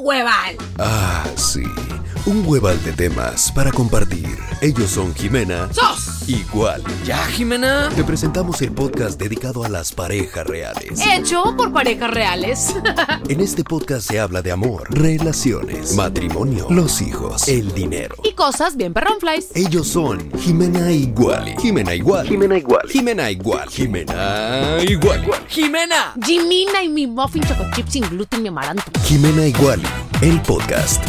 hueval. Ah, sí, un hueval de temas para compartir. Ellos son Jimena ¡Sos! igual. Ya, Jimena. Te presentamos el podcast dedicado a las parejas reales. Eh. Hecho por parejas reales. En este podcast se habla de amor, relaciones, matrimonio, los hijos, el dinero. y cosas bien perronflies. Ellos son Jimena Iguali. Jimena Iguali. Jimena Iguali. Jimena Iguali. Jimena Iguali. Jimena. Jimina y mi muffin choco chip sin gluten ni amaranto. Jimena Iguali, el podcast.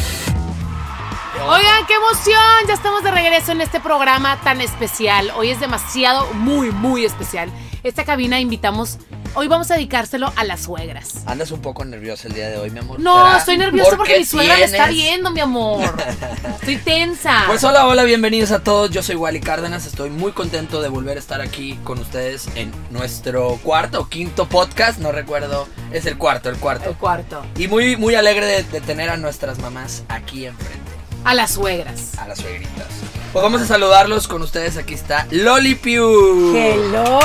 Oigan, qué emoción. Ya estamos de regreso en este programa tan especial. Hoy es demasiado, muy, muy especial. Esta cabina invitamos. Hoy vamos a dedicárselo a las suegras. Andas un poco nerviosa el día de hoy, mi amor. No, ¿Será estoy nerviosa porque qué mi suegra me está tienes? viendo, mi amor. Estoy tensa. Pues hola, hola, bienvenidos a todos. Yo soy Wally Cárdenas. Estoy muy contento de volver a estar aquí con ustedes en nuestro cuarto o quinto podcast. No recuerdo. Es el cuarto, el El cuarto. cuarto. Y muy, muy alegre de, de tener a nuestras mamás aquí enfrente, A las suegras. a las suegritas. Pues vamos a saludarlos con ustedes. Aquí está Loli Piu. ¡Hello!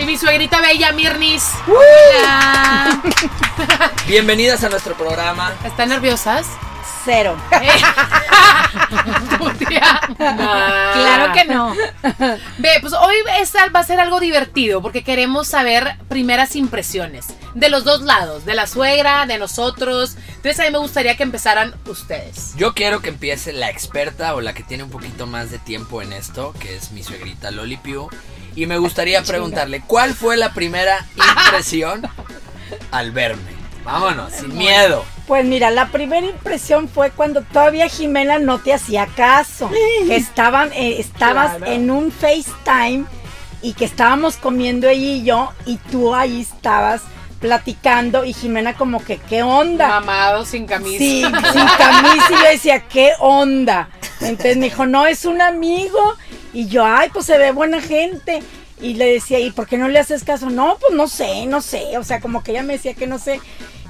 Y mi suegrita bella, Mirnis. Hola. Bienvenidas a nuestro programa. ¿Están nerviosas? Cero. Tu tía. Claro que no. Ve, pues hoy es- va a ser algo divertido porque queremos saber primeras impresiones de los dos lados, de la suegra, de nosotros. Entonces a mí me gustaría que empezaran ustedes. Yo quiero que empiece la experta o la que tiene un poquito más de tiempo en esto, que es mi suegrita Loli Piu. Y me gustaría preguntarle, ¿cuál fue la primera impresión al verme? Vámonos, sin miedo. Pues mira, la primera impresión fue cuando todavía Jimena no te hacía caso. Que estaban, eh, estabas Claro. en un FaceTime y que estábamos comiendo ella y yo y tú ahí estabas platicando y Jimena como que, ¿qué onda? Mamados sin camisa. Sí, sin camisa y yo decía, ¿qué onda? Entonces me dijo, no, es un amigo. Y yo, ay, pues se ve buena gente. Y le decía, ¿y por qué no le haces caso? No, pues no sé, no sé. O sea, como que ella me decía que no sé.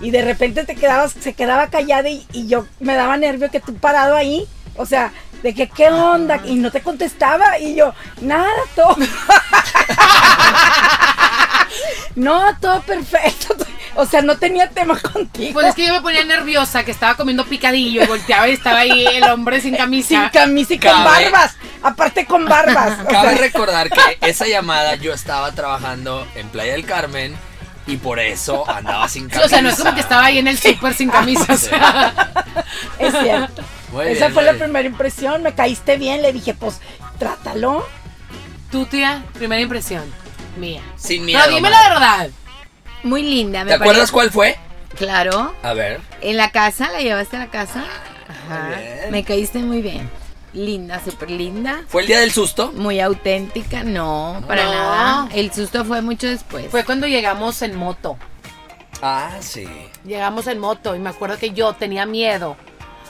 Y de repente te quedabas, se quedaba callada y, y yo me daba nervio que tú parado ahí. O sea, de que qué Ah. onda. Y no te contestaba. Y yo, nada, todo. no, todo perfecto. O sea, no tenía tema contigo. Pues es que yo me ponía nerviosa, que estaba comiendo picadillo y volteaba y estaba ahí el hombre sin Sin camisa. camisa y con Cabe. barbas. Aparte con barbas. O Cabe sea, recordar que esa llamada yo estaba trabajando en Playa del Carmen y por eso andaba sin Sí, camisa. o sea, no es como que estaba ahí en el súper sin camisa. o sea. es cierto. Muy Esa bien, fue la muy bien. primera impresión. Me caíste bien. Le dije, pues, trátalo. Tú, tía, primera impresión. Mía. Sin miedo. no, dime madre. la verdad. Muy linda, me ¿Te acuerdas parece. cuál fue? Claro. A ver. Ah, En la casa, la llevaste a la casa. Ajá. muy bien. Me caíste muy bien. Linda, súper linda. ¿Fue el día del susto? Muy auténtica. No, para No. nada. El susto fue mucho después. Fue cuando llegamos en moto. Ah, sí. Llegamos en moto y me acuerdo que yo tenía miedo.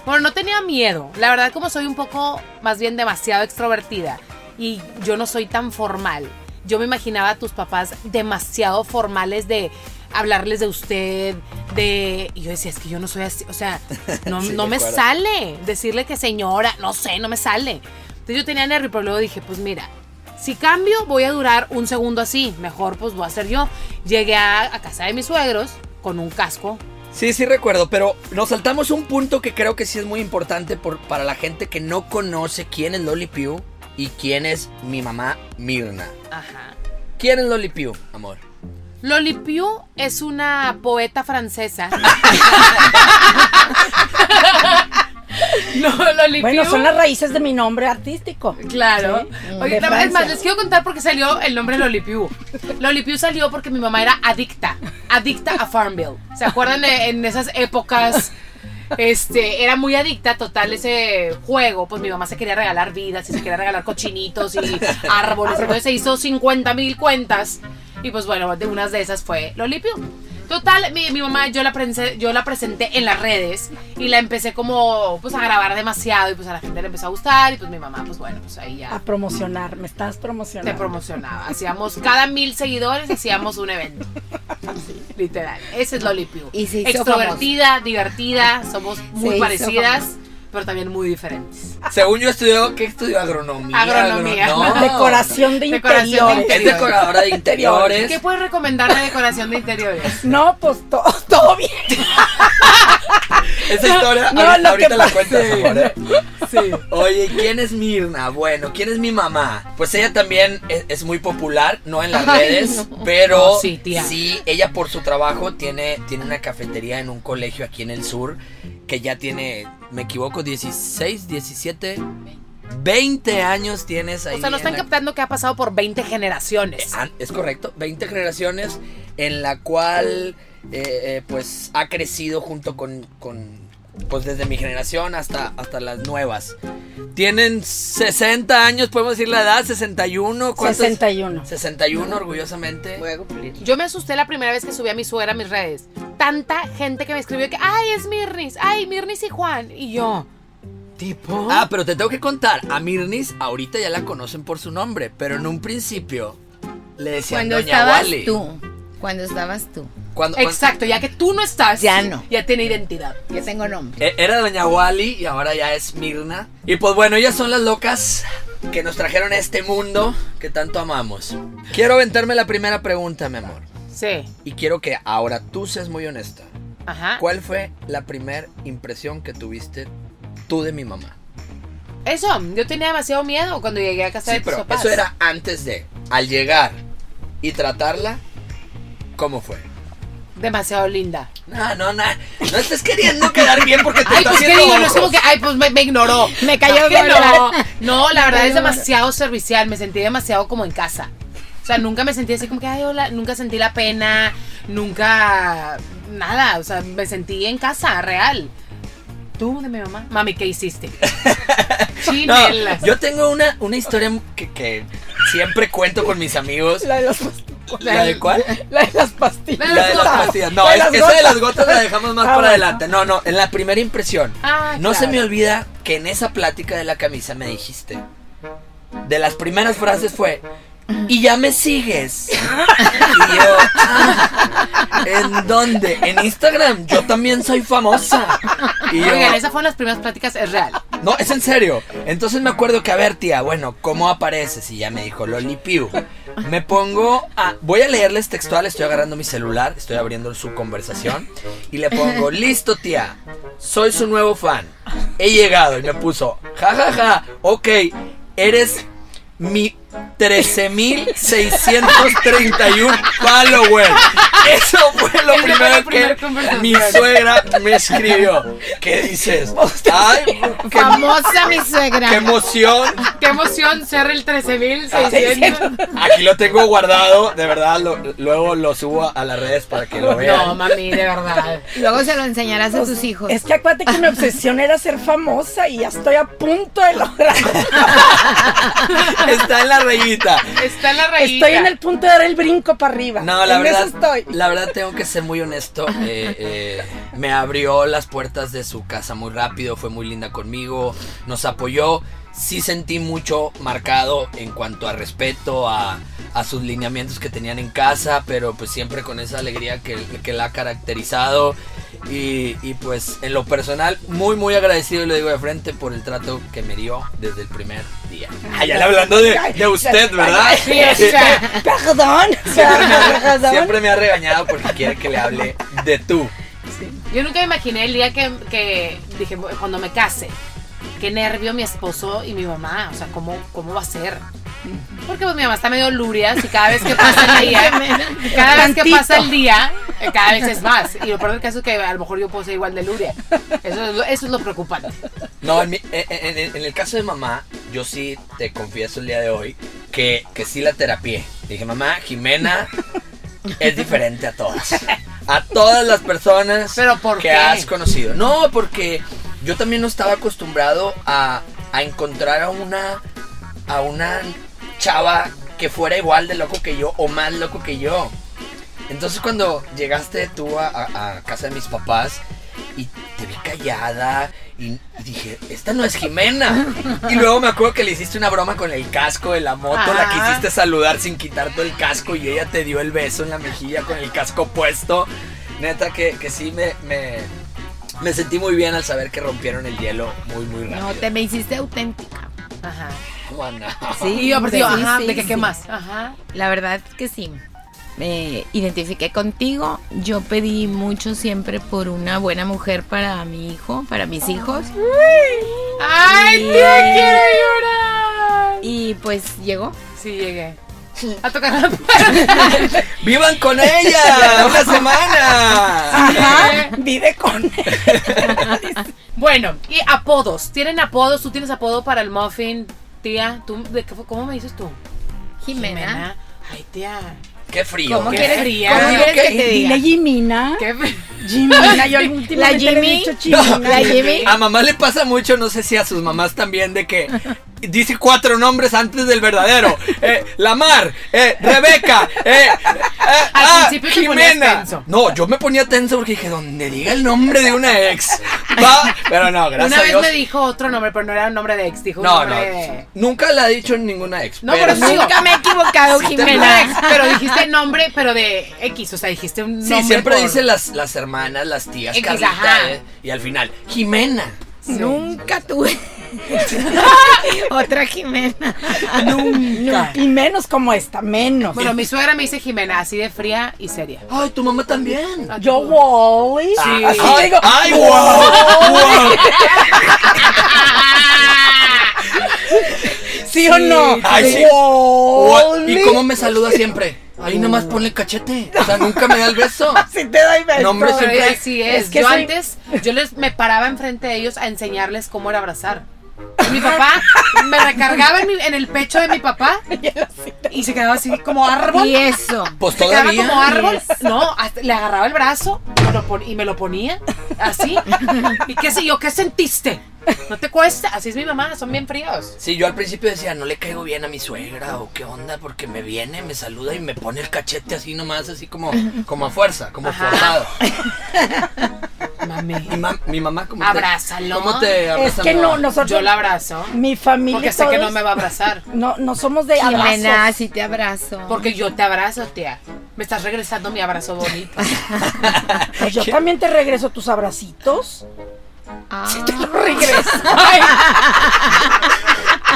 Bueno, no tenía miedo. La verdad, como soy un poco, más bien demasiado extrovertida y yo no soy tan formal. Yo me imaginaba a tus papás demasiado formales de hablarles de usted, de... Y yo decía, es que yo no soy así, o sea, no, Sí, no me recuerdo. sale decirle que señora, no sé, no me sale. Entonces yo tenía nervio, pero luego dije, pues mira, si cambio voy a durar un segundo así, mejor pues voy a hacer yo. Llegué a, a casa de mis suegros con un casco Sí, sí recuerdo, pero nos saltamos un punto que creo que sí es muy importante por- para la gente que no conoce quién es Loli Piu y quién es mi mamá Mirna. Ajá. ¿Quién es Loli Piu, amor? Loli Piu es una poeta francesa. no, Loli Bueno, Piu- son las raíces de mi nombre artístico. Claro. Sí, Oye, de nada más- es más, Francia. les quiero contar porque salió el nombre Loli Piu. Loli Piu salió porque mi mamá era adicta, adicta a Farmville. ¿Se acuerdan de- en esas épocas? Este, era muy adicta total ese juego, pues mi mamá se quería regalar vidas y se quería regalar cochinitos y árboles, entonces se hizo 50 mil cuentas y pues bueno, de unas de esas fue Loli Piu. Total, mi, mi mamá yo la, prense- yo la presenté en las redes y la empecé como pues a grabar demasiado y pues a la gente le empezó a gustar y pues mi mamá pues bueno, pues ahí ya A promocionar. Me estás promocionando. te promocionaba. Hacíamos cada mil seguidores, hacíamos un evento. Literal. Ese es Loli Piu. Y se hizo Extrovertida, divertida, somos muy hizo parecidas. pero también muy diferentes. Según yo estudió, ¿qué estudió? Agronomía. Agronomía. Agro- no. Decoración de Decoración de interiores. Es decoradora de interiores. ¿Qué puedes recomendar de decoración de interiores? No, pues to- todo bien. Esa historia No, ahorita, lo que ahorita la pasa- cuentas, amor, ¿eh? Sí. Oye, ¿quién es Mirna? Bueno, ¿quién es mi mamá? Pues ella también es, es muy popular, no en las Ay, redes, no. pero No, sí, sí, tía. ella por su trabajo tiene, tiene una cafetería en un colegio aquí en el sur que ya tiene, me equivoco, 16, 17, 20 años tienes ahí. O sea, no en están la- captando que ha pasado por 20 generaciones. Ah, Es correcto, 20 generaciones en la cual eh, eh, pues ha crecido junto con, con, pues desde mi generación hasta, hasta las nuevas. Tienen 60 años, podemos decir la edad, 61, ¿cuántos? 61. 61 orgullosamente. Voy a cumplir. Yo me asusté la primera vez que subí a mi suegra a mis redes. Tanta gente que me escribió que, ay, es Mirnis, ay, Mirnis y Juan. Y yo, tipo. Ah, pero te tengo que contar, a Mirnis ahorita ya la conocen por su nombre, pero en un principio le decían Cuando Doña estabas Wally. tú. Cuando estabas tú. Cuando- cuando- Exacto, ya que tú no estás. Ya no. Ya tiene identidad. Ya tengo nombre. E- Era Doña Wally y ahora ya es Mirna. Y pues bueno, ellas son las locas que nos trajeron a este mundo que tanto amamos. Quiero aventarme la primera pregunta, mi amor. Sí. Y quiero que ahora tú seas muy honesta. Ajá. ¿Cuál fue la primera impresión que tuviste tú de mi mamá? Eso, yo tenía demasiado miedo cuando llegué a casa Sí, de tus pero papás. eso era antes de, al llegar y tratarla, ¿cómo fue? Demasiado linda. No, no, no. No estés queriendo quedar bien porque te Ay, está pues qué haciendo digo, no es ojos. como que, ay, pues me, me ignoró. Me cayó No, que gorda. no. No, la verdad es cayó gorda. demasiado servicial, me sentí demasiado como en casa. O sea, nunca me sentí así como que, ay, hola, nunca sentí la pena, nunca nada, o sea, me sentí en casa, real. Tú de mi mamá. Mami, ¿qué hiciste? No, Chinelas. yo tengo una, una historia que, que siempre cuento con mis amigos. La de las pastillas. ¿La de cuál? La de las pastillas. La de las gotas. pastillas. No, La de es- esa las de gotas. las gotas la dejamos más Ah, para bueno. adelante. No, no, en la primera impresión. Ah, No se claro. me olvida que en esa plática de la camisa me dijiste. De las primeras frases fue. Y ya me sigues. Y yo. "Ah, ¿En dónde? En Instagram. Yo también soy famosa. Y yo, Oigan, esas fueron las primeras pláticas, es real. No, es en serio. Entonces me acuerdo que, a ver, tía, bueno, ¿cómo apareces? Y ya me dijo Loli Piu. Me pongo a. Voy a leerles textual, estoy agarrando mi celular, estoy abriendo su conversación. Y le pongo, listo, tía, soy su nuevo fan. He llegado y me puso, jajaja, ja, ja, ok, eres mi 13,631 follower. Eso fue lo Esa fue la primero primera que conversación. mi suegra me escribió. ¿Qué dices? Ay, qué, Famosa mi suegra. qué emoción. Qué emoción ser el 13.600. Aquí lo tengo guardado, de verdad, lo- luego lo subo a las redes para que lo vean. No, mami, de verdad. Luego se lo enseñarás a tus hijos. Es que acuérdate que mi obsesión era ser famosa y ya estoy a punto de lograrlo. Está en la rayita. Está en la raíz. Estoy en el punto de dar el brinco para arriba. No, la en verdad, eso estoy. la verdad tengo que ser muy honesto. eh, eh, me abrió las puertas de su casa muy rápido, fue muy linda conmigo, nos apoyó. Sí sentí mucho marcado en cuanto a respeto, a, a sus lineamientos que tenían en casa, pero pues siempre con esa alegría que, que la ha caracterizado. Y, y, pues en lo personal, muy muy agradecido, le digo de frente, por el trato que me dio desde el primer día. Ah, ya le hablando de, de usted, ¿verdad? Sí, o sea, Perdón. Siempre me ha- Perdón. Siempre me ha regañado porque quiere que le hable de tú. Yo nunca me imaginé el día que, que dije, "Bu- cuando me case, qué nervio mi esposo y mi mamá, o sea, cómo, cómo va a ser. Porque pues mi mamá está medio luria y cada vez que pasa el día, cada vez que Tantito. pasa el día, eh, cada vez es más. Y lo peor del caso es que a lo mejor yo puedo ser igual de luria. Eso es lo, eso es lo preocupante. No, en, mi- en- en- en el caso de mamá, yo sí te confieso el día de hoy que, que sí la terapié. Dije, mamá, Jimena es diferente a todas. A todas las personas ¿Pero por que qué? has conocido. No, porque yo también no estaba acostumbrado a, a encontrar a una, a una chava que fuera igual de loco que yo o más loco que yo. Entonces cuando llegaste tú a, a- a casa de mis papás y te vi callada y, y dije, esta no es Jimena. Y luego me acuerdo que le hiciste una broma con el casco de la moto, la Ajá. quisiste saludar sin quitarte el casco y ella te dio el beso en la mejilla con el casco puesto. Neta que, que sí me, me, Me sentí muy bien al saber que rompieron el hielo muy, muy rápido. No, te me hiciste auténtica. Ajá. Juana. Sí, Y yo aparte digo, sí, ajá, sí, ¿de qué, qué sí. más? Ajá. La verdad que sí. Me identifiqué contigo. Yo pedí mucho siempre por una buena mujer para mi hijo, para mis hijos. ¡Ay, tía, quiero llorar! Y pues llegó. Sí, llegué. A tocar la puerta. ¡Vivan con ella! ¡Una semana! Ajá, vive con él. Bueno, y apodos. ¿Tienen apodos? ¿Tú tienes apodo para el muffin, tía? ¿Tú, de qué fue- ¿Cómo me dices tú? Jimena. Ay, tía. ¡Qué frío! ¿Cómo qué quieres, fría. ¿cómo Digo, quieres ¿qué? que te diga? Dile Jimina. ¿Qué? Jimina, yo últimamente le he Jimmy? dicho Jimina. La Jimmy. A mamá le pasa mucho, no sé si a sus mamás también, de que dice cuatro nombres antes del verdadero. Eh, Lamar, eh, Rebeca, eh, eh, ah, principio te ponías Jimena. tenso. No, yo me ponía tenso porque dije, donde diga el nombre de una ex. Va, pero no, gracias Una a vez Dios. me dijo otro nombre, pero no era un nombre de ex. Dijo no, un no, nombre de... nunca la ha dicho en ninguna ex. No, pero sí, Nunca me he equivocado, te Una ex, Jimena. pero dijiste nombre, pero de X. O sea, dijiste un Sí, nombre. siempre por- dicen las, las hermanas, las tías, Ex, Carlita, ajá. eh, y al final, Jimena. Nunca tuve otra Jimena. Nunca. Y menos como esta, menos. Bueno, mi suegra me dice Jimena, así de fría y seria. Ay, tu mamá también. yo Wally. Sí. Así te digo, ay, wow, wow. ¿sí o no? Ay, sí. What? Wally. ¿Y cómo me saluda siempre? Ahí nomás ponle cachete. O sea, nunca me da el beso. Si te doy beso. No, hombre, Pero siempre- así es. Es que yo soy- antes, yo les me paraba enfrente de ellos a enseñarles cómo era abrazar. Y mi papá me recargaba en, mi- en el pecho de mi papá y se quedaba así como árbol. Y eso. Pues Se quedaba como todavía. árbol. No, hasta- le agarraba el brazo me lo pon- y me lo ponía así. ¿Y qué sé yo? ¿Qué sentiste? No te cuesta. Así es mi mamá, son bien fríos. Sí, yo al principio decía, no le caigo bien a mi suegra o qué onda, porque me viene, me saluda y me pone el cachete así nomás, así como, como a fuerza, como Ajá. forzado. Mami, Mi, mam- mi mamá como Abrázalo. ¿Cómo te Es abraza que mi no, mamá? nosotros. yo la abrazo Mi familia. porque sé que todos, no me va a abrazar. No, no somos de Jimena, abrazos. si te abrazo. Porque yo te abrazo, tía. Me estás regresando mi abrazo bonito. Pues yo también te regreso tus abracitos. Ah.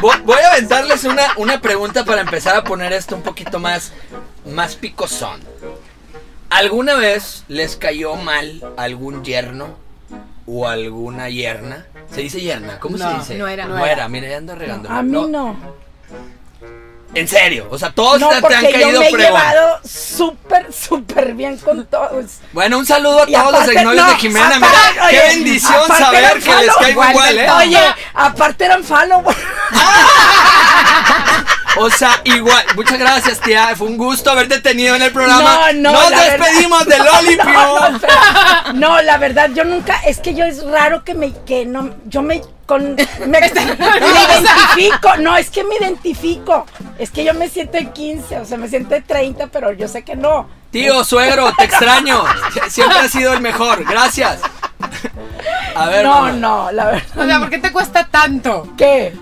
Vo- Voy a aventarles una, una pregunta para empezar a poner esto un poquito más, más picosón. ¿Alguna vez les cayó mal algún yerno o alguna yerna? ¿Se dice yerna? ¿Cómo se No, dice? no era. No, No era. mira, ya ando regando. A mí no. En serio, o sea, todos No, te, te han porque yo caído me he fregón. llevado súper, súper bien con todos. Bueno, un saludo a Y todos los aparte, exnovios no, de Jimena. aparte, mira, oye, qué bendición aparte saber que eran les follow- caigo igual, ¿eh? Oye, aparte eran followers. O sea, igual. Muchas gracias, tía. Fue un gusto haberte tenido en el programa. No, no, Nos la verdad- despedimos de Loli No, no, pero- no, la verdad, yo nunca, es que yo es raro que me, que no, yo me, con, me, me identifico, no, es que me identifico, es que yo me siento de 15, o sea, me siento de 30, pero yo sé que no. Tío, suegro, te extraño. Sie- Siempre has sido el mejor. Gracias. A ver, No, mamá. no, la verdad, O sea, ¿por qué te cuesta tanto? ¿qué?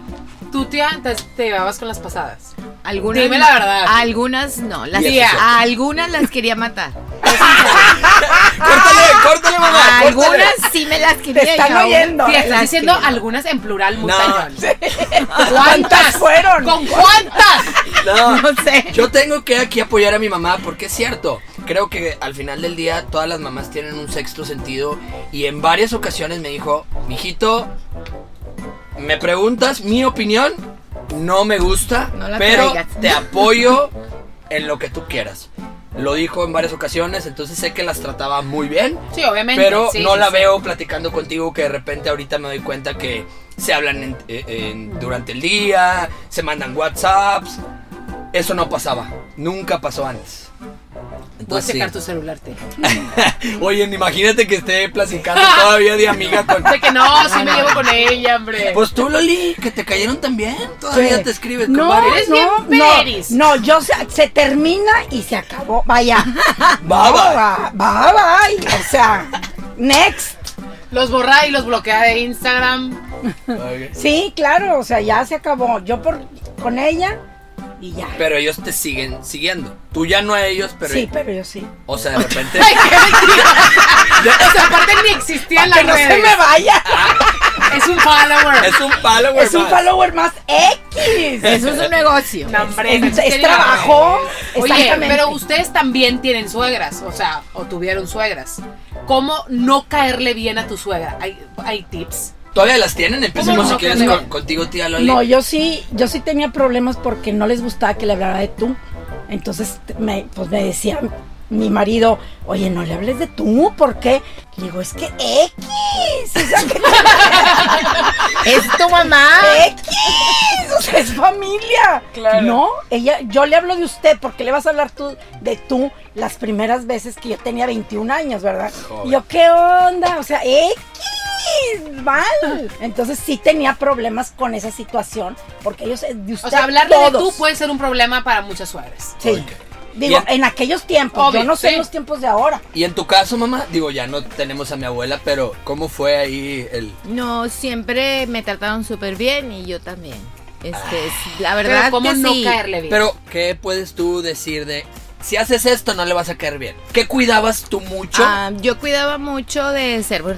Tú, tía, antes te llevabas con las pasadas. Algunas, Dime la verdad. Algunas no. Las, Tía. a algunas las quería matar. Córtale, córtale, mamá. A Ah, Ah, córtale. algunas sí me las quería Te están y a una- oyendo. No, tía, las estás diciendo quería. algunas en plural muy No. cañón. ¿Cuántas fueron? ¿Con cuántas? No. No sé. Yo tengo que aquí apoyar a mi mamá porque es cierto. Creo que al final del día todas las mamás tienen un sexto sentido y en varias ocasiones me dijo, mijito, me preguntas mi opinión, no me gusta, No la pero traigas". te apoyo en lo que tú quieras. Lo dijo en varias ocasiones, entonces sé que las trataba muy bien. Sí, obviamente. Pero sí, no sí, la sí. veo platicando contigo que de repente ahorita me doy cuenta que se hablan en- eh, en- durante el día, se mandan WhatsApps. Eso no pasaba. Nunca pasó antes. Voy a Entonces, checar tu sí. celular, tía. Oye, imagínate que esté platicando todavía de amiga con... De que no, sí me llevo con ella, hombre. Pues tú, Loli, que te cayeron también. Todavía Sí. te escribes con No, varios. eres bien no, peris. no, no, yo se, se termina y se acabó, vaya. Va, No, va. va, va, va, o sea, next. Los borra y los bloquea de Instagram. Ok. Sí, claro, o sea, ya se acabó. Yo por con ella Y ya. Pero ellos te siguen siguiendo. Tú ya no a ellos, pero. sí, pero yo sí. O sea, de repente. Ay, qué mentira. O sea, aparte ni existía en Ah, la que no se me vaya. Es un follower. es un follower. Es un más. follower más X. Eso es un negocio. No, hombre, Es, no es tiene trabajo. Oye, Exactamente. pero ustedes también tienen suegras, o sea, o tuvieron suegras. ¿Cómo no caerle bien a tu suegra? ¿Hay, hay tips? ¿Todavía las tienen? Empecemos ¿Cómo no? si quieres No. con- contigo, tía Loli. No, yo sí, yo sí tenía problemas porque no les gustaba que le hablara de tú. Entonces, te- me, pues me decía mi marido, oye, no le hables de tú, ¿por qué? Le digo, es que X, o sea, que Es tu mamá. X, o sea, es familia. Claro. No, ella, yo le hablo de usted, porque le vas a hablar tú de tú las primeras veces que yo tenía 21 años, ¿verdad? Joder. Y yo, ¿qué onda? O sea, X, mal. Entonces sí tenía problemas con esa situación, porque ellos eh, de usted. O sea, hablarle de todos. tú pues. puede ser un problema para muchas suegras. Sí. Ok. Digo, Bien. en aquellos tiempos, Obvio, yo no sé sí. en los tiempos de ahora. Y en tu caso, mamá, digo, ya no tenemos a mi abuela, pero ¿cómo fue ahí el. No, siempre me trataron súper bien y yo también. Este, es- la verdad Pero ¿cómo que no sí. caerle bien? Pero, ¿qué puedes tú decir de. Si haces esto, no le vas a caer bien? ¿Qué cuidabas tú mucho? Ah, yo cuidaba mucho de ser muy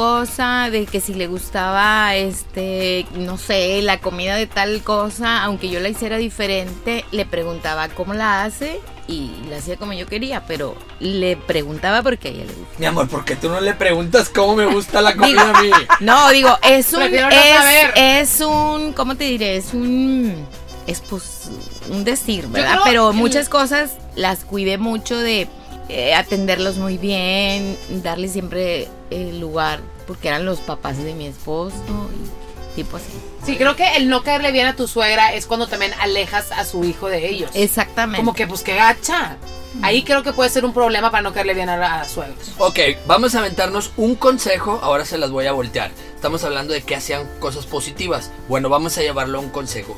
respetuosa, de que si le gustaba, este, no sé, la comida de tal cosa, aunque yo la hiciera diferente, le preguntaba cómo la hace y la hacía como yo quería, pero le preguntaba porque a ella le gusta. Mi amor, ¿por qué tú no le preguntas cómo me gusta la comida a mí? No, digo, es un, Prefiero no es, saber. es un, ¿cómo te diré? Es un, es pues un decir, ¿verdad? creo Pero que- muchas cosas las cuidé mucho de eh, atenderlos muy bien, darles siempre el lugar, porque eran los papás de mi esposo y tipo así. Sí, creo que el no caerle bien a tu suegra es cuando también alejas a su hijo de ellos. Exactamente. Como que, pues, qué gacha. Ahí creo que puede ser un problema para no caerle bien a, la- a suegros. Ok, vamos a aventarnos un consejo, ahora se las voy a voltear. Estamos hablando de que hacían cosas positivas. Bueno, vamos a llevarlo a un consejo.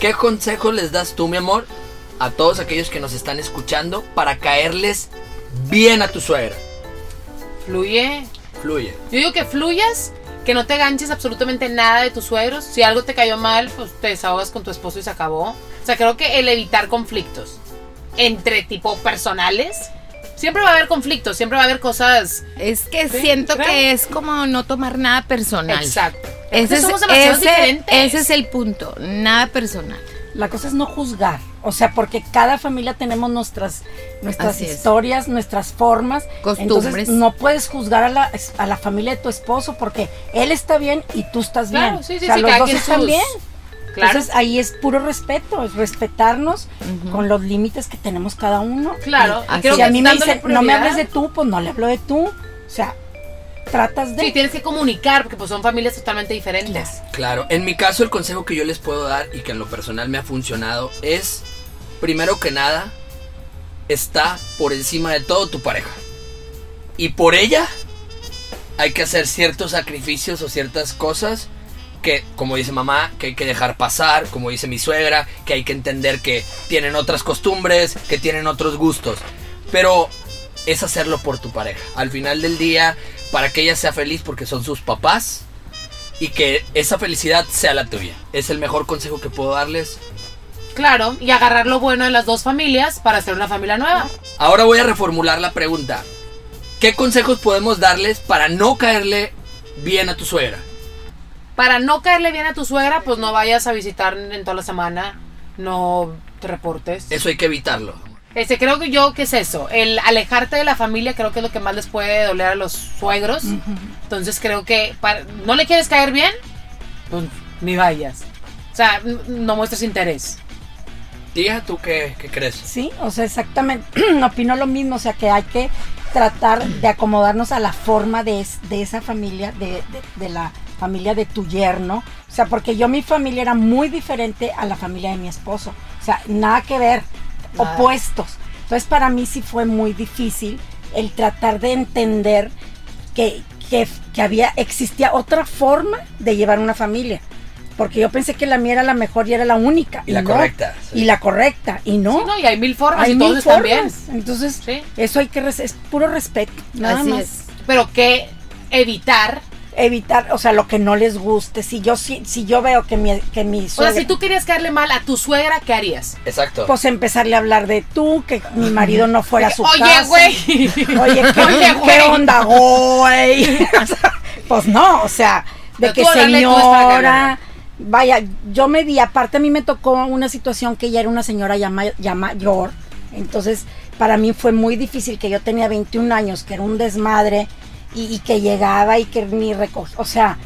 ¿Qué consejo les das tú, mi amor, a todos aquellos que nos están escuchando para caerles bien a tu suegra? Fluye. Fluye. Yo digo que fluyas, que no te ganches absolutamente nada de tus suegros. Si algo te cayó mal, pues te desahogas con tu esposo y se acabó. O sea, creo que el evitar conflictos entre tipo personales. Siempre va a haber conflictos, siempre va a haber cosas. es que Sí, siento creo. que es como no tomar nada personal. Exacto. Ese es, somos demasiado ese- diferentes. ese es el punto, nada personal. La cosa es no juzgar, o sea, porque cada familia tenemos nuestras, nuestras Así es. historias, nuestras formas. Costumbres. Entonces, no puedes juzgar a la, a la familia de tu esposo porque él está bien y tú estás Claro, bien. sí, sí, o sea, sí, los cada dos quien están sus- bien. Claro. Entonces ahí es puro respeto, es respetarnos Ujú. con los límites que tenemos cada uno. Claro. Así Y creo si que a mí me dándole dicen, no me prioridad. hables de tú, pues no le hablo de tú. O sea, tratas de... Sí, tienes que comunicar porque pues son familias totalmente diferentes. Claro, en mi caso el consejo que yo les puedo dar y que en lo personal me ha funcionado es, primero que nada, está por encima de todo tu pareja. Y por ella hay que hacer ciertos sacrificios o ciertas cosas que, como dice mamá, que hay que dejar pasar, como dice mi suegra, que hay que entender que tienen otras costumbres, que tienen otros gustos. Pero es hacerlo por tu pareja. Al final del día, para que ella sea feliz porque son sus papás, y que esa felicidad sea la tuya. Es el mejor consejo que puedo darles. Claro, y agarrar lo bueno de las dos familias para hacer una familia nueva. Ahora voy a reformular la pregunta. ¿Qué consejos podemos darles para no caerle bien a tu suegra? Para no caerle bien a tu suegra, pues no vayas a visitar en toda la semana, no te reportes. Eh. Eso hay que evitarlo. Este, creo que yo, ¿qué es eso? El alejarte de la familia creo que es lo que más les puede doler a los suegros. Entonces creo que para- no le quieres caer bien, pues ni vayas. O sea, n- no muestres interés. Tía, ¿tú qué, qué crees? Pues, Sí, o sea, exactamente. Opino lo mismo, o sea, que hay que tratar de acomodarnos a la forma de, es- de esa familia, de, de- de la familia de tu yerno. O sea, porque yo mi familia era muy diferente a la familia de mi esposo. O sea, nada que ver, Nada. opuestos. Entonces, para mí sí fue muy difícil el tratar de entender que, que- que había, existía otra forma de llevar una familia. Porque yo pensé que la mía era la mejor y era la única. Y la no. correcta. sí. Y la correcta. Y no. Sí, ¿no? Y hay mil formas Hay y mil todos están bien. formas. Entonces, Sí. eso hay que res- es puro respeto, nada Así más. es. Pero que evitar evitar, o sea, lo que no les guste. Si yo si, si yo veo que mi que mi O sea, suegra, si tú querías caerle mal a tu suegra, ¿qué harías? Exacto. pues empezarle a hablar de tú, que mi marido no fuera a su Oye, casa. güey. Oye, ¿qué, Oye, qué güey. onda, güey? O sea, pues no, o sea, de Pero que tú órale, tú estás señora. ganando. Vaya, yo me vi, aparte a mí me tocó una situación que ella era una señora ya, ma- ya mayor. Entonces, para mí fue muy difícil que yo tenía 21 años, que era un desmadre y, y que llegaba y que ni recogía. O sea,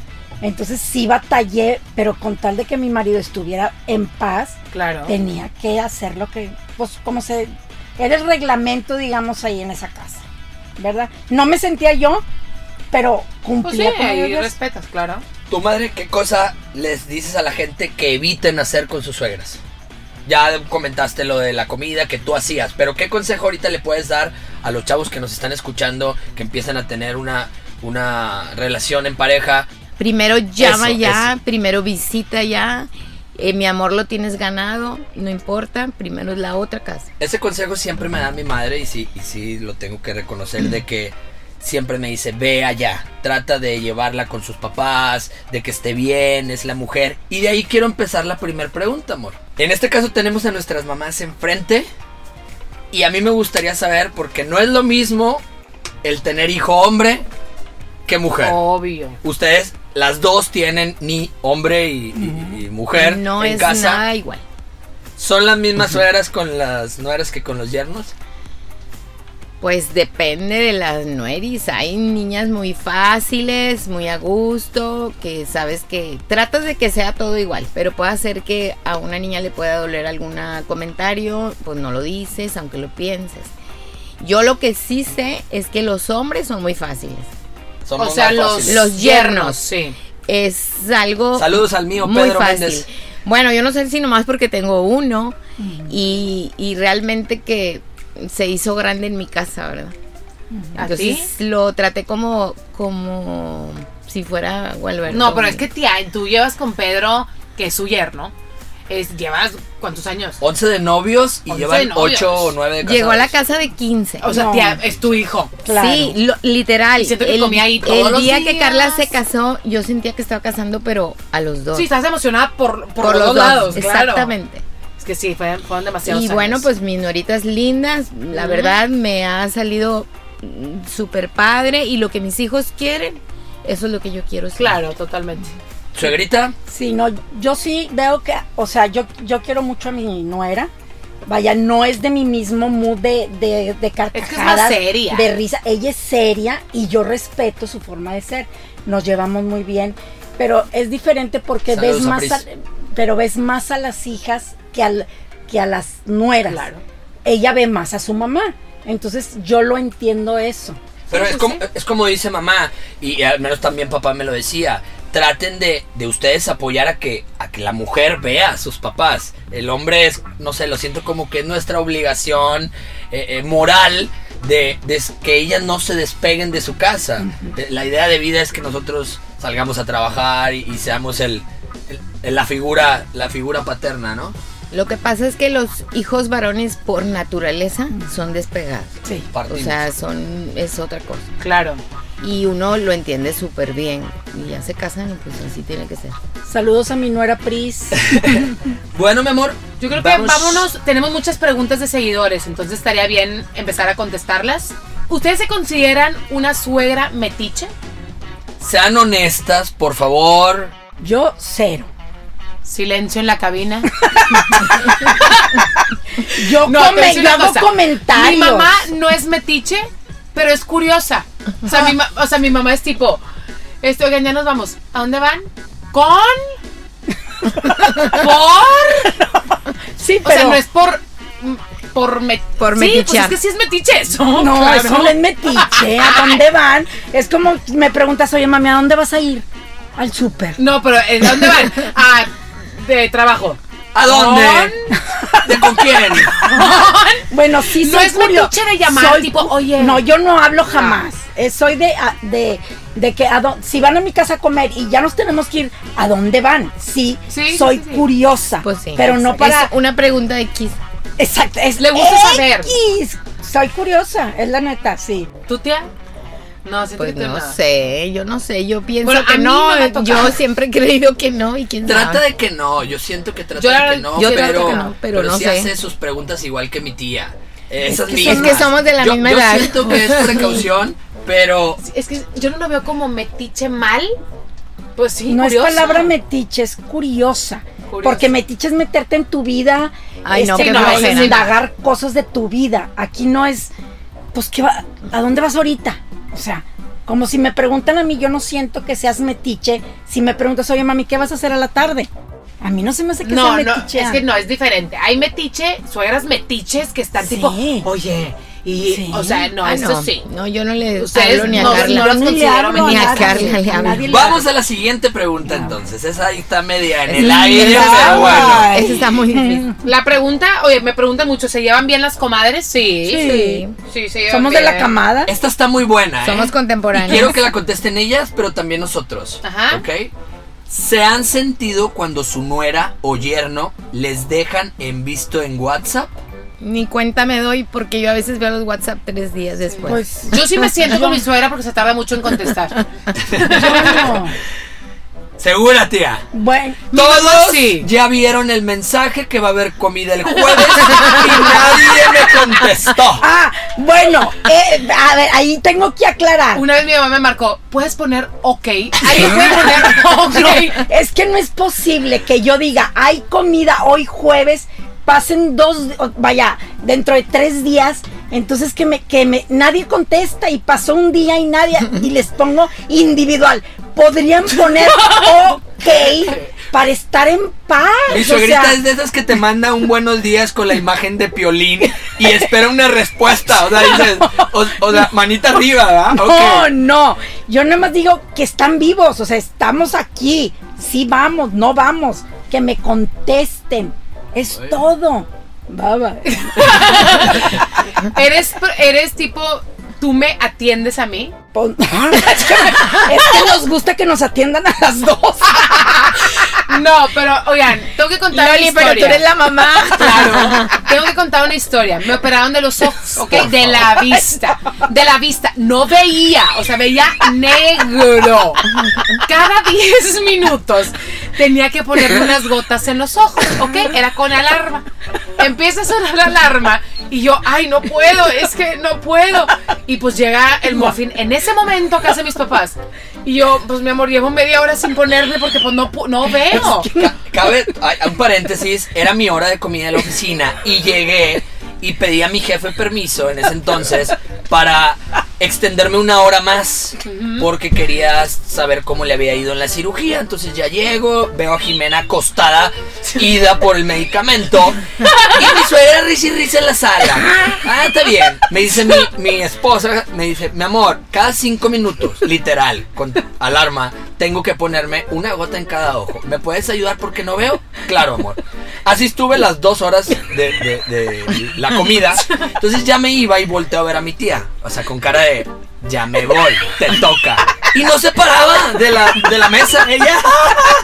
entonces sí batallé, pero con tal de que mi marido estuviera en paz, Claro. tenía que hacer lo que, pues como se, era el reglamento, digamos, ahí en esa casa, ¿verdad? No me sentía yo, pero Pues sí, cumplía con y ellos. respetas, claro. ¿Tu madre qué cosa les dices a la gente que eviten hacer con sus suegras? Ya comentaste lo de la comida que tú hacías, pero ¿qué consejo ahorita le puedes dar a los chavos que nos están escuchando, que empiezan a tener una, una relación en pareja? Primero llama Eso, ya, primero visita ya. eh, mi amor lo tienes ganado, no importa, primero es la otra casa. Ese consejo siempre me da mi madre y sí, y sí lo tengo que reconocer de que siempre me dice, ve allá, trata de llevarla con sus papás, de que esté bien, es la mujer. Y de ahí quiero empezar la primera pregunta, amor. En este caso tenemos a nuestras mamás enfrente y a mí me gustaría saber, porque no es lo mismo el tener hijo hombre que mujer. Oh. Obvio. Ustedes, las dos tienen ni hombre y, y- y mujer no en es casa. nada igual. ¿Son las mismas suegras con las nueras que con los yernos? Pues depende de las nueris. Hay niñas muy fáciles, muy a gusto, que sabes que tratas de que sea todo igual, pero puede ser que a una niña le pueda doler algún comentario, pues no lo dices, aunque lo pienses. Yo lo que sí sé es que los hombres son muy fáciles. Somos O sea, más los, fáciles. los yernos. Sí. Es algo Saludos al mío, muy Pedro fácil. Méndez. Bueno, yo no sé si nomás porque tengo uno y, y realmente que se hizo grande en mi casa, ¿verdad? ¿A Entonces lo traté como, como si fuera Gualberto. No, pero es que tía, tú llevas con Pedro, que es su yerno. Es, llevas cuántos años? 11 de novios y Once de llevan novios. 8 o 9 de casados. Llegó a la casa de 15. O sea, No. tía, es tu hijo. Claro. Sí, lo- literal. Y siento que el, comía ahí el todos los día que días. Carla se casó, yo sentía que estaba casando, pero a los dos. Sí, estás emocionada por, por, Por los dos lados, claro. Exactamente. Es que sí, fueron, fueron Y demasiados bueno, años. pues mis noritas lindas, la Ujú. verdad me ha salido mm, súper padre y lo que mis hijos quieren, eso es lo que yo quiero ser. Claro, totalmente. Suegrita, Sí, no, yo sí veo que, o sea, yo, yo quiero mucho a mi nuera. Vaya, no es de mi mismo mood de, de, de más carcajadas, seria. de risa. Ella es seria y yo respeto su forma de ser. Nos llevamos muy bien, pero es diferente porque Saludos ves a más, Pris. a, pero ves más a las hijas que al que a las nueras. Claro. Ella ve más a su mamá, entonces yo lo entiendo eso. pero Sí, es, sí, como, sí. es como dice mamá, y al menos también papá me lo decía, traten de, de ustedes apoyar a que, a que la mujer vea a sus papás. El hombre es, no sé, lo siento como que es nuestra obligación eh, eh, moral de, de s- que ellas no se despeguen de su casa. Eh, La idea de vida es que nosotros salgamos a trabajar y, y seamos el, el- la, figura, la figura paterna, ¿no? Lo que pasa es que los hijos varones por naturaleza son despegados. Sí. O Partimos. sea, son es otra cosa. Claro. Y uno lo entiende súper bien. Y ya se casan y pues así tiene que ser. Ah, Saludos a mi nuera Pris. Bueno, mi amor. Yo creo que vámonos, tenemos muchas preguntas de seguidores, entonces estaría bien empezar a contestarlas. ¿Ustedes se consideran una suegra metiche? Sean honestas, por favor. Yo cero. Silencio en la cabina. Yo, No, te voy a come- decir yo una hago cosa. comentarios. Mi mamá no es metiche, pero es curiosa. O sea, mi, ma- o sea, mi mamá es tipo, este, oigan, ya nos vamos. ¿A dónde van? ¿Con? ¿Por? Sí, O sea, pero no es por... Por, me- Por sí, pues metichear. es que sí es metiche eso. No, claro. eso les metiche. ¿A dónde van? Es como me preguntas, oye, mami, ¿a dónde vas a ir? Al súper. No, pero ¿eh, ¿dónde van? Ah, de trabajo. ¿A dónde? ¿De con quién? Bueno, sí, No soy es curio- metiche de llamar, soy- tipo, oye. No, yo no hablo jamás. Eh, soy de, a- de, de que a dó- si van a mi casa a comer y ya nos tenemos que ir, ¿a dónde van? Sí, Sí, sí, soy sí, sí. curiosa. Pues sí. Pero no para. Es una pregunta de Kiss. Exacto, es Le gusta saber. X. Soy curiosa, es la neta, sí. ¿Tú, tía? No, siento Pues que tú no nada. sé, yo no sé, yo pienso Bueno, a que mí no, no me ha tocado. yo siempre he creído que no y quién Trata sabe. de que no, yo siento que trata Yo la de que verdad- no, yo pero, trato que no, pero no sí sé. hace sus preguntas igual que mi tía. Esas que somos- mismas. es que somos de la Yo- misma yo edad. siento que es precaución, pero Es que yo no lo veo como metiche mal. Pues sí, No curiosa. es palabra metiche, es curiosa. Curiosa. Porque metiche es meterte en tu vida, Ay, no, este, qué flojera. indagar cosas de tu vida. Aquí no es, pues, ¿qué va- ¿a dónde vas ahorita? O sea, como si me preguntan a mí, yo no siento que seas metiche. Si me preguntas, oye, mami, ¿qué vas a hacer a la tarde? A mí no se me hace que No, sea no, metiche. es que no, es diferente. Hay metiche, suegras metiches que están Sí. tipo, oye, y, Sí. o sea, no, Ah, eso no, sí. no, yo no le Ustedes hablo ni a no- Carla. no las Yo ni le considero hablo ni a nadie, Carla le hablo. nadie le vamos habla. a la siguiente pregunta entonces. Esa ahí está media en Sí, el aire, esa- pero bueno. Ay. Esa está muy difícil. La pregunta, oye, me preguntan mucho, ¿se llevan bien las comadres? Sí. Sí. Sí, se llevan Somos de la bien. camada. Esta está muy buena, ¿eh? Somos Y contemporáneos. quiero que la contesten ellas, pero también nosotros. Ajá. ¿Ok? ¿Se han sentido cuando su nuera o yerno les dejan en visto en WhatsApp? Ni cuenta me doy porque yo a veces veo los WhatsApp tres días después. Pues, Yo sí me siento con mi suegra porque se tarda mucho en contestar. no. Segura, tía. Pues, Bueno, Todos sí. ya vieron el mensaje que va a haber comida el jueves y nadie me contestó. ah, bueno, eh, a ver, ahí tengo que aclarar. Una vez mi mamá me marcó, ¿puedes poner ok? ¿Alguien puede poner ok? Es que no es posible que yo diga, hay comida hoy jueves, pasen dos, o- vaya, dentro de tres días, entonces que me, que me, nadie contesta y pasó un día y nadie, y les pongo individual. Podrían poner ok para estar en paz. Mi o suegrita sea, es de esas que te manda un buenos días con la imagen de Piolín y espera una respuesta. O sea, dices, o, o sea, manita arriba, ¿verdad? No, Ok. no. Yo nada más digo que están vivos, o sea, estamos aquí. Sí vamos, no vamos. Que me contesten. Es Bueno. todo. Bye, bye. ¿Eres, eres tipo, tú me atiendes a mí? Pon- es que nos gusta que nos atiendan a las dos. Ah, No, pero oigan, tengo que contar una Loli, historia. pero tú eres la mamá. Claro. Tengo que contar una historia. Me operaron de los ojos, ¿ok? De la vista. De la vista. No veía, o sea, veía negro. Cada 10 minutos tenía que ponerme unas gotas en los ojos, ¿ok? Era con alarma. Empieza a sonar la alarma y yo, ay, no puedo, es que no puedo. Y pues llega el muffin en ese momento a casa de mis papás. Y yo, pues mi amor, llevo media hora sin ponerme porque pues no, pu- no veo. Ca- Cabe ay, un paréntesis, era mi hora de comida de la oficina y llegué y pedí a mi jefe permiso en ese entonces para extenderme una hora más porque quería saber cómo le había ido en la cirugía. Entonces ya llego, veo a Jimena acostada, ida por el medicamento y mi suegra risa y risa en la sala. Ah, está bien. Me dice mi, mi esposa, me dice, mi amor, cada cinco minutos, literal, con alarma, tengo que ponerme una gota en cada ojo. ¿Me puedes ayudar porque no veo? Claro, amor. Así estuve las dos horas de, de- de la comida. Entonces ya me iba y volteo a ver a mi tía. O sea, con cara de, ya me voy, te toca. Y no se paraba de la, de la mesa. Ella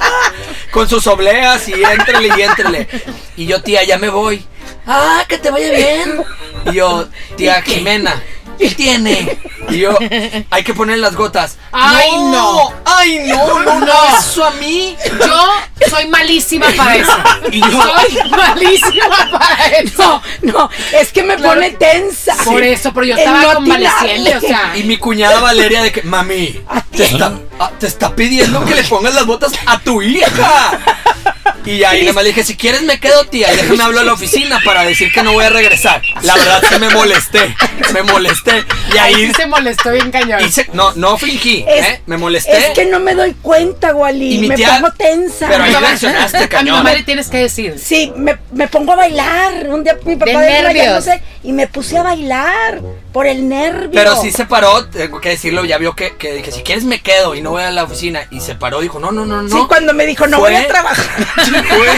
con sus obleas y éntrele y éntrele. Y yo, tía, ya me voy. Ah, que te vaya bien. Y yo, tía Jimena, ¿qué tiene? Y yo, hay que poner las gotas. Ay, no. ay, no, no, No. no, eso a mí. Yo soy malísima para eso. Y yo- soy malísima para eso. No, es que me pone tensa. Por eso, pero yo El estaba no convaleciente, o atinarle. sea. Y mi cuñada Valeria de que, mami, te está, ah, te está pidiendo que le pongas las botas a tu hija. Y ahí nada más le dije, si quieres me quedo, tía, y déjame hablar a la oficina para decir que no voy a regresar. La verdad que me molesté, me molesté. Y Ahí sí ahí se molestó bien cañón. hice- no, no fingí, Es- ¿eh? Me molesté. Es que no me doy cuenta, Wally. Y mi Me tía- pongo tensa. pero ahí Mamá, reaccionaste, A mi cañón. mamá le tienes que decir. Sí, me, me pongo a bailar. Un día mi papá De iba, ya no nervios. sé, y me puse a bailar por el nervio. Pero sí se paró, tengo que decirlo, ya vio que, que dije, si quieres me quedo y no voy a la oficina. Y se paró, dijo, no, no, no, no. Sí, cuando me dijo, no Fue- voy a trabajar. Fue-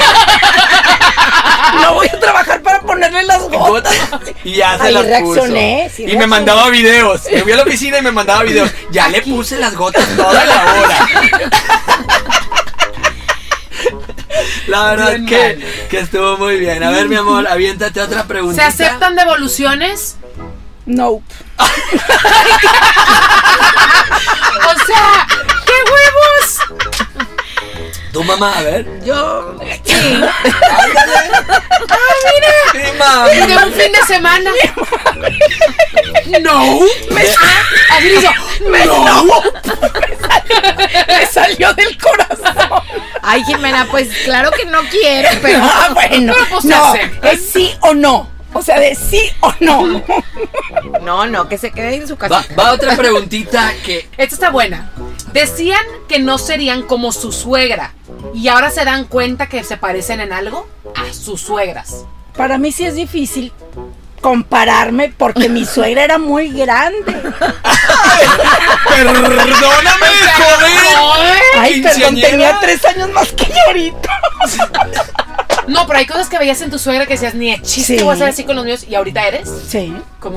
No voy a trabajar para ponerle las gotas. Y ya se Ahí las Oh. reaccioné, puso. sí y me reaccioné. mandaba videos. Me fui a la oficina y me mandaba videos. Ya le puse las gotas toda la hora. La verdad Bien que, mal. que estuvo muy bien. A ver, mi amor, aviéntate otra ¿Se pregunta. aceptan devoluciones? Nope. O sea, ¡qué huevos! Tu mamá, a ver. Yo. Mi mamá. De un fin de semana. No. Así le hizo. Me salió del corazón. Ay, Jimena, pues claro que no quiero, pero. Ah, bueno. Pero, pues, se No, acepta. es sí o no. O sea, de sí o no. No, no, que se quede en su casa. Va, va otra preguntita que. Esta está buena. Decían que no serían como su suegra. Y ahora se dan cuenta que se parecen en algo a sus suegras. Para mí sí es difícil compararme porque mi suegra era muy grande. ¡Perdóname, joder! Ay, perdón, Quinceañera. tenía tres años más que yo ahorita. No, pero hay cosas que veías en tu suegra que decías, ni de chiste Sí. voy a ser así con los míos. Y ahorita eres Sí. como...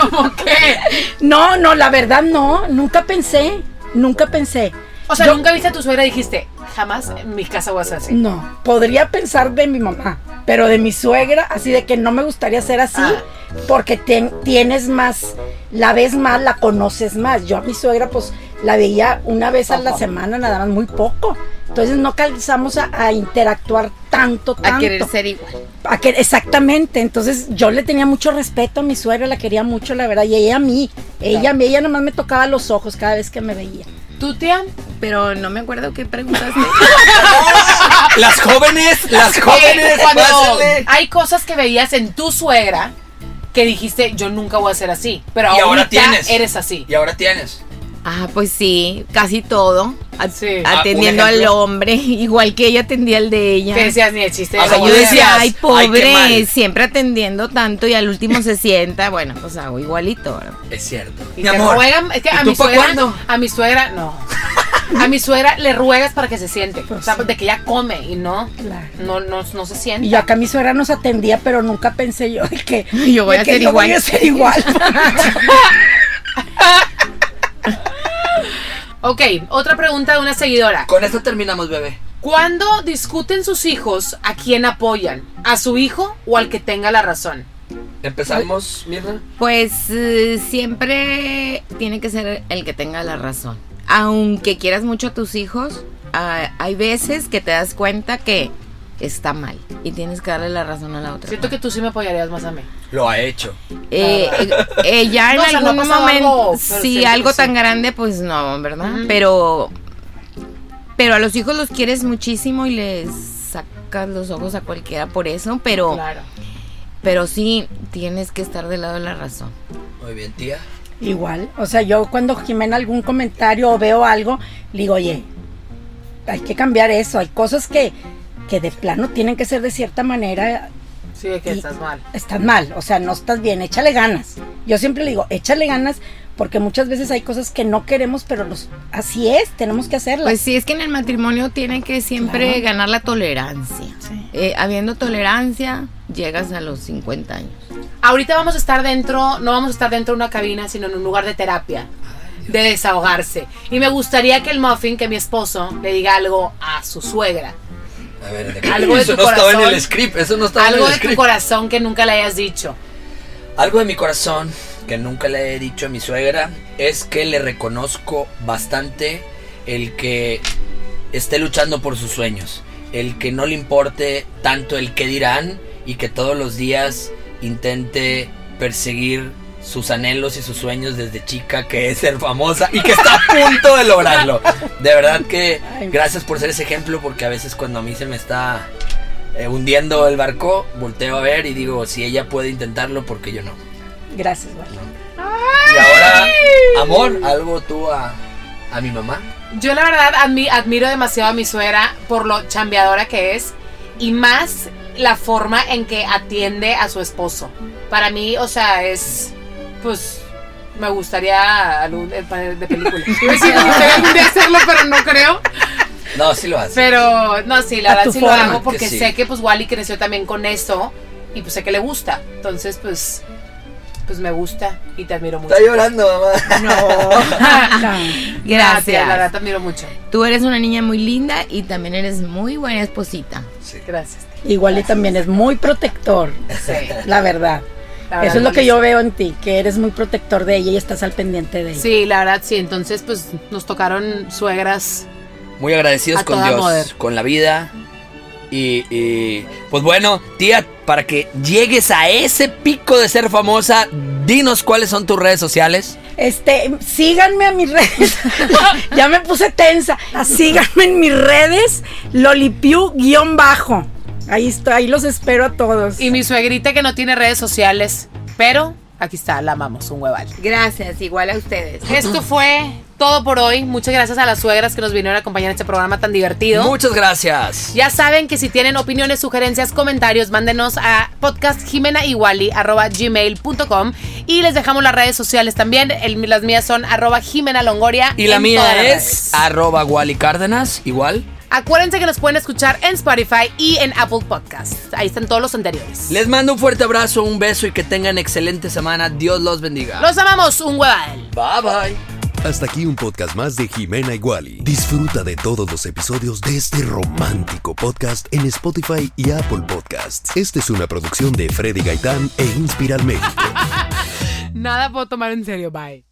como que... No, no, la verdad no, nunca pensé, nunca pensé. O sea, Yo- nunca viste a tu suegra y dijiste, jamás en mi casa voy a ser así. No, podría pensar de mi mamá, pero de mi suegra, así de que no me gustaría ser así, Ah. porque ten- tienes más, la ves más, la conoces más. Yo a mi suegra, pues, la veía una vez a la semana, nada más, muy poco. Entonces no calzamos a, a interactuar tanto, tanto. A querer ser igual. A que- exactamente, entonces yo le tenía mucho respeto a mi suegra, la quería mucho, la verdad, y ella a mí, ella a mí, ella nomás me tocaba los ojos cada vez que me veía. ¿Tú, tía? Pero no me acuerdo qué preguntaste. Las jóvenes, las jóvenes, Eh, cuando pásenle. hay cosas que veías en tu suegra que dijiste, yo nunca voy a ser así. Pero Y ahorita ahora tienes. eres así. Y ahora tienes. Ah, pues sí, casi todo. A- Sí. Ah, Atendiendo un al ejemplo. hombre, igual que ella atendía al de ella. Que decías, ni de chiste. O sea, O sea, voy yo a- decía, ay, Ay, qué pobre, mal. siempre atendiendo tanto y al último se sienta. Bueno, o sea, igualito. ¿verdad? Es cierto. Y Mi te amor. ruegan, es que ¿y a tú mi pa' suegra, cuándo? a mi suegra, no. A mi suegra le ruegas para que se siente. O sea, de que ella come y no, Claro. no, no, no se siente. Y yo acá mi suegra nos atendía, pero nunca pensé yo de que Yo voy de a que ser yo igual. voy a ser igual. Ok, otra pregunta de una seguidora. Con esto terminamos, bebé. ¿Cuándo discuten sus hijos a quién apoyan? ¿A su hijo o al que tenga la razón? Empezamos, Mirna. Pues eh, siempre tiene que ser el que tenga la razón. Aunque quieras mucho a tus hijos, ah, hay veces que te das cuenta que está mal y tienes que darle la razón a la otra. Siento que tú sí me apoyarías más a mí. Lo ha hecho. Eh, eh, eh, ya en No, o sea, no ha algún pasado momento, algo, pero si siento que algo sí. tan grande, pues no, ¿verdad? Ujú. Pero pero a los hijos los quieres muchísimo y les sacas los ojos a cualquiera por eso, Oh. pero Claro. pero sí tienes que estar del lado de la razón. Muy bien, tía. igual. O sea, yo cuando Jimena algún comentario o veo algo, le digo, oye, hay que cambiar eso. Hay cosas que, que de plano tienen que ser de cierta manera. Sí, de que Y- estás mal. Estás mal, o sea, no estás bien, échale ganas. Yo siempre le digo, échale ganas, porque muchas veces hay cosas que no queremos, pero los, así es, tenemos que hacerlas. Pues sí, es que en el matrimonio tiene que siempre Claro. ganar la tolerancia. Sí. Eh, habiendo tolerancia, llegas a los 50 años. Ahorita vamos a estar dentro, no vamos a estar dentro de una cabina, sino en un lugar de terapia, de desahogarse. Y me gustaría que el muffin, que mi esposo, le diga algo a su suegra. A ver, Algo de eso tu no estaba corazón. en el script. Eso no estaba Algo en el de tu script. corazón que nunca le hayas dicho. Algo de mi corazón que nunca le he dicho a mi suegra es que le reconozco bastante el que esté luchando por sus sueños, el que no le importe tanto el qué dirán y que todos los días intente perseguir sus anhelos y sus sueños desde chica, que es ser famosa y que está a punto de lograrlo. De verdad que Ay. gracias por ser ese ejemplo porque a veces cuando a mí se me está eh, hundiendo el barco, volteo a ver y digo, si ella puede intentarlo, porque yo no? Gracias, Vale. Y ahora, amor, algo tú a, a mi mamá. Yo la verdad admi- admiro demasiado a mi suegra por lo chambeadora que es y más la forma en que atiende a su esposo. Para mí, o sea, es pues me gustaría algún eh, panel de película. Iba a decir, me gustaría algún día hacerlo, pero no creo. No, sí lo hace. Pero no, sí, la A verdad tu sí forma. lo hago porque Que sí. sé que pues Wally creció también con esto y pues sé que le gusta. Entonces, pues pues me gusta y te admiro mucho. Está llorando, mamá. Ah, tía, Gracias. La verdad te admiro mucho. Tú eres una niña muy linda y también eres muy buena esposita. Sí. Gracias. Igual y también es muy protector, tía. Sí. la verdad. La verdad, Eso es lo no que le yo sé. veo en ti, que eres muy protector de ella y estás al pendiente de ella. Sí, la verdad, sí. Entonces, pues nos tocaron suegras. Muy agradecidos A con toda Dios, moder. con la vida. Y, y, pues bueno, tía, para que llegues a ese pico de ser famosa, dinos cuáles son tus redes sociales. Este, síganme a mis redes. ya me puse tensa. Síganme en mis redes, lolipiu-bajo. Ahí estoy, ahí los espero a todos. Y mi suegrita que no tiene redes sociales. Pero aquí está, la amamos, un hueval. Gracias, igual a ustedes. Esto fue todo por hoy. Muchas gracias a las suegras que nos vinieron a acompañar en este programa tan divertido. Muchas gracias. Ya saben que si tienen opiniones, sugerencias, comentarios, mándenos a podcastjimenaiguali.gmail.com y les dejamos las redes sociales también. El- las mías son arroba Jimena Longoria. Y la en todas mía las es redes. arroba Wally Cárdenas, igual. Acuérdense que nos pueden escuchar en Spotify y en Apple Podcasts. Ahí están todos los anteriores. Les mando un fuerte abrazo, un beso y que tengan excelente semana. Dios los bendiga. Los amamos, un hueval. Bye bye. Hasta aquí un podcast más de Jimena Iguali. Disfruta de todos los episodios de este romántico podcast en Spotify y Apple Podcasts. Esta es una producción de Freddy Gaitán e Inspiral México. Nada puedo tomar en serio, bye.